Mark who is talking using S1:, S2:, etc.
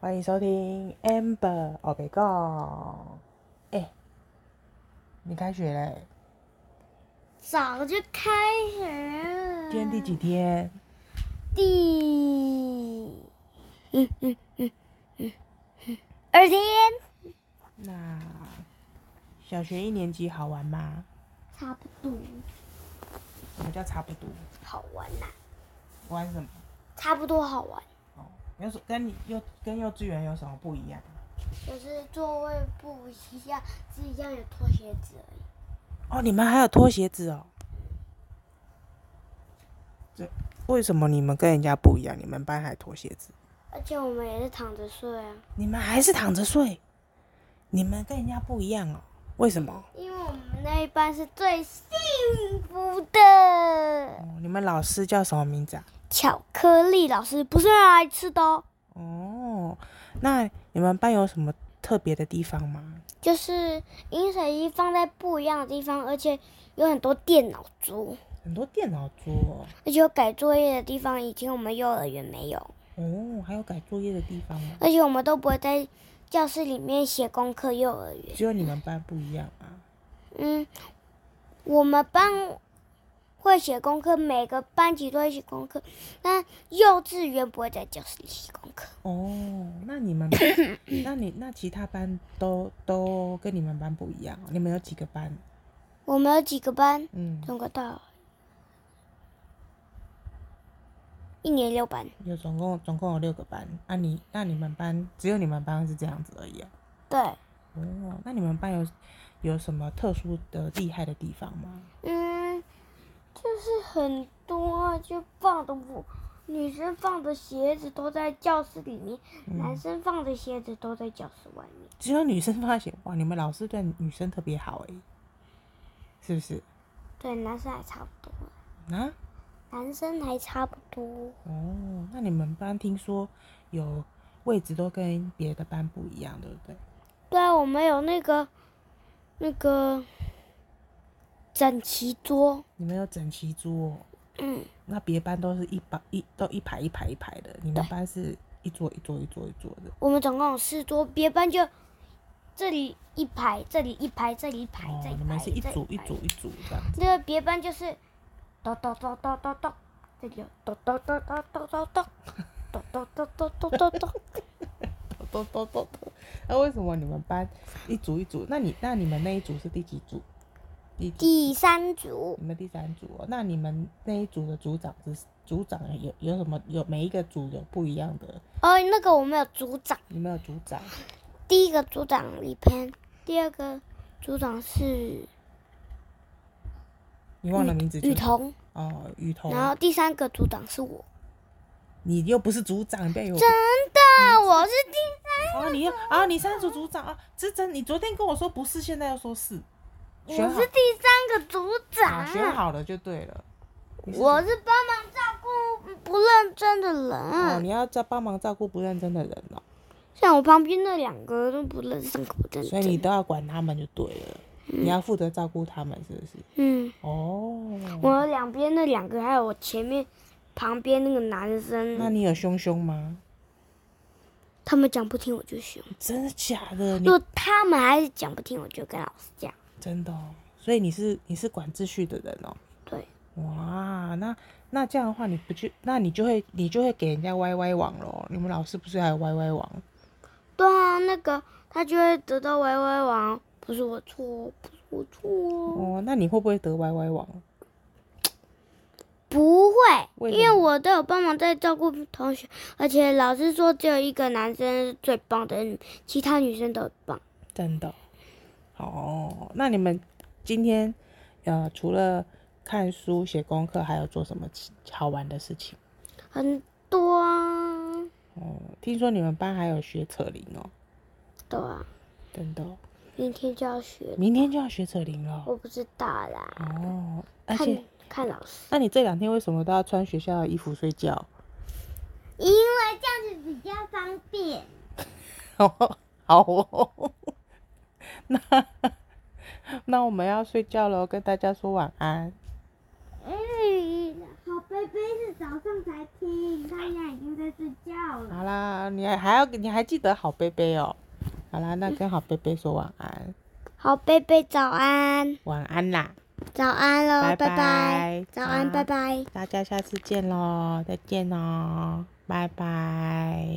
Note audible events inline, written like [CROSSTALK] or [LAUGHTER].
S1: 欢迎收听 Amber 哦，别讲，哎，你开学嘞？
S2: 早就开学了。
S1: 今天第几天？
S2: 第？嗯嗯嗯嗯嗯二天。
S1: 那小学一年级好玩吗？
S2: 差不多。
S1: 什么叫差不多？
S2: 好玩啦、
S1: 玩什么？
S2: 差不多好玩，
S1: 哦，有什跟你幼跟幼稚园有什么不一样？
S2: 就是座位不一样，只一样有拖鞋子而已。
S1: 哦，你们还有脱鞋子哦？这为什么你们跟人家不一样？你们班还脱鞋子？
S2: 而且我们也是躺着睡啊，
S1: 你们还是躺着睡？你们跟人家不一样哦？为什么？
S2: 因为我们那一班是最幸福的。
S1: 哦，你们老师叫什么名字啊？
S2: 巧克力老师不是拿来吃的哦，
S1: 哦，那你们班有什么特别的地方吗？
S2: 就是饮水机放在不一样的地方，而且有很多电脑桌。
S1: 很多电脑桌哦，
S2: 而且有改作业的地方，以前我们幼儿园没有，
S1: 哦，还有改作业的地方吗？
S2: 而且我们都不会在教室里面写功课。幼儿园，
S1: 只有你们班不一样啊。
S2: 嗯，我们班会写功课，每个班级都会写功课，但幼稚园不会在教室里写功课。
S1: 哦，那你们，那你那其他班都都跟你们班不一样哦、你们有几个班？
S2: 我们有几个班？
S1: 嗯，
S2: 总共到一年六班，
S1: 有总共总共有六个班。啊你，那你们班只有你们班是这样子而已啊。
S2: 对。
S1: 哦，那你们班有有什么特殊的厉害的地方吗？
S2: 嗯，就是很多啊就放的我，女生放的鞋子都在教室里面，男
S1: 嗯
S2: 生放的鞋子都在教室外面。
S1: 只有女生发现，哇，你们老师对女生特别好诶，欸是不是？
S2: 对，男生还差不多，
S1: 啊，
S2: 男生还差不多。
S1: 哦，那你们班听说有位置都跟别的班不一样，对不对？
S2: 对啊，我们有那个那个整齐桌，
S1: 你们有整齐桌、哦，
S2: 嗯，
S1: 那别班都是一排一都一排一排一排的，你们班是一桌一桌一桌一桌的。
S2: 我们总共有四桌，别班就这里一排，这里一排，这里一排，这
S1: 哦
S2: 里，
S1: 你
S2: 排，
S1: 们是一
S2: 这里
S1: 组一
S2: 排
S1: 组一组这样子。
S2: 那个别班就是，咚咚咚咚咚咚，这里有咚咚咚咚咚咚咚，咚咚咚咚咚咚咚。
S1: 都都都都。那为什么你们班一组一组？那你那你们那一组是第几组？第几？
S2: 第三组
S1: 你们第三组、哦，那你们那一组的组长是组长有有什么？有每一个组有不一样的？
S2: 哦，那个我们有组长，
S1: 你们有组长？
S2: 第一个组长李鹏，第二个组长是
S1: 你忘了名字就
S2: 雨桐，
S1: 哦，雨桐。
S2: 然后第三个组长是我。
S1: 你又不是组长，你不要以为
S2: 真
S1: 嗯
S2: 的，我是第三。
S1: 我哦，你又啊、你三组组长啊，这真你昨天跟我说不是，现在又说是，选
S2: 我
S1: 好
S2: 是第三个组
S1: 啊，选
S2: 长，
S1: 好了就对了。你是
S2: 我是帮忙照顾不认真的
S1: 哦，
S2: 人，
S1: 你要在帮忙照顾不认真的人哦了、
S2: 像我旁边那两个都不认真，不认
S1: 所以你
S2: 嗯真。
S1: 都要管他们就对了，你要负责照顾他们，是不是？
S2: 嗯。
S1: 哦，
S2: 我两边那两个，还有我前面旁边那个男
S1: 那
S2: 生，
S1: 你有凶凶吗？
S2: 他们讲不听我就凶，
S1: 真的假的？你
S2: 如果他们还是讲不听，我就跟老师讲。
S1: 真的、哦，所以你是你是管秩序的人哦。
S2: 对，
S1: 哇，那那这样的话，你不就那你就会你就会给人家歪歪网咯。你们老师不是还有歪歪网？
S2: 对啊，那个他就会得到歪歪王，不是我错哦，不是我错哦，
S1: 哦，那你会不会得歪歪网？
S2: 不会，
S1: 为什
S2: 因
S1: 么
S2: 为我都有帮忙在照顾同学，而且老师说只有一个男生是最棒的，嗯其他女生都很棒。
S1: 真的哦？哦，那你们今天呃除了看书写功课，还有做什么其好玩的事情？
S2: 很多啊，
S1: 哦，听说你们班还有学扯铃哦，
S2: 对啊，
S1: 真的哦、
S2: 明天就要学，
S1: 明天就要学扯铃了。
S2: 我不知道啦，
S1: 哦，而
S2: 看
S1: 且，
S2: 看老师。
S1: 那你这两天为什么都要穿学校的衣服睡觉？
S2: 因为这样子比较方便。
S1: 哦， [LAUGHS] 好哦， [LAUGHS] 那那我们要睡觉喽，跟大家说晚安。
S2: 嗯，好，拜拜。
S3: 飞是早上才听，大家已经在睡觉了。
S1: 好啦，你还还要你还记得好贝贝哦。好啦，那跟好贝贝说晚安，
S2: 好，贝贝早安，
S1: 晚安啦，
S2: 早安喽，
S1: 拜
S2: 拜
S1: 拜
S2: 早安，
S1: 好
S2: 拜拜。
S1: 大家下次见喽，再见哦，拜拜。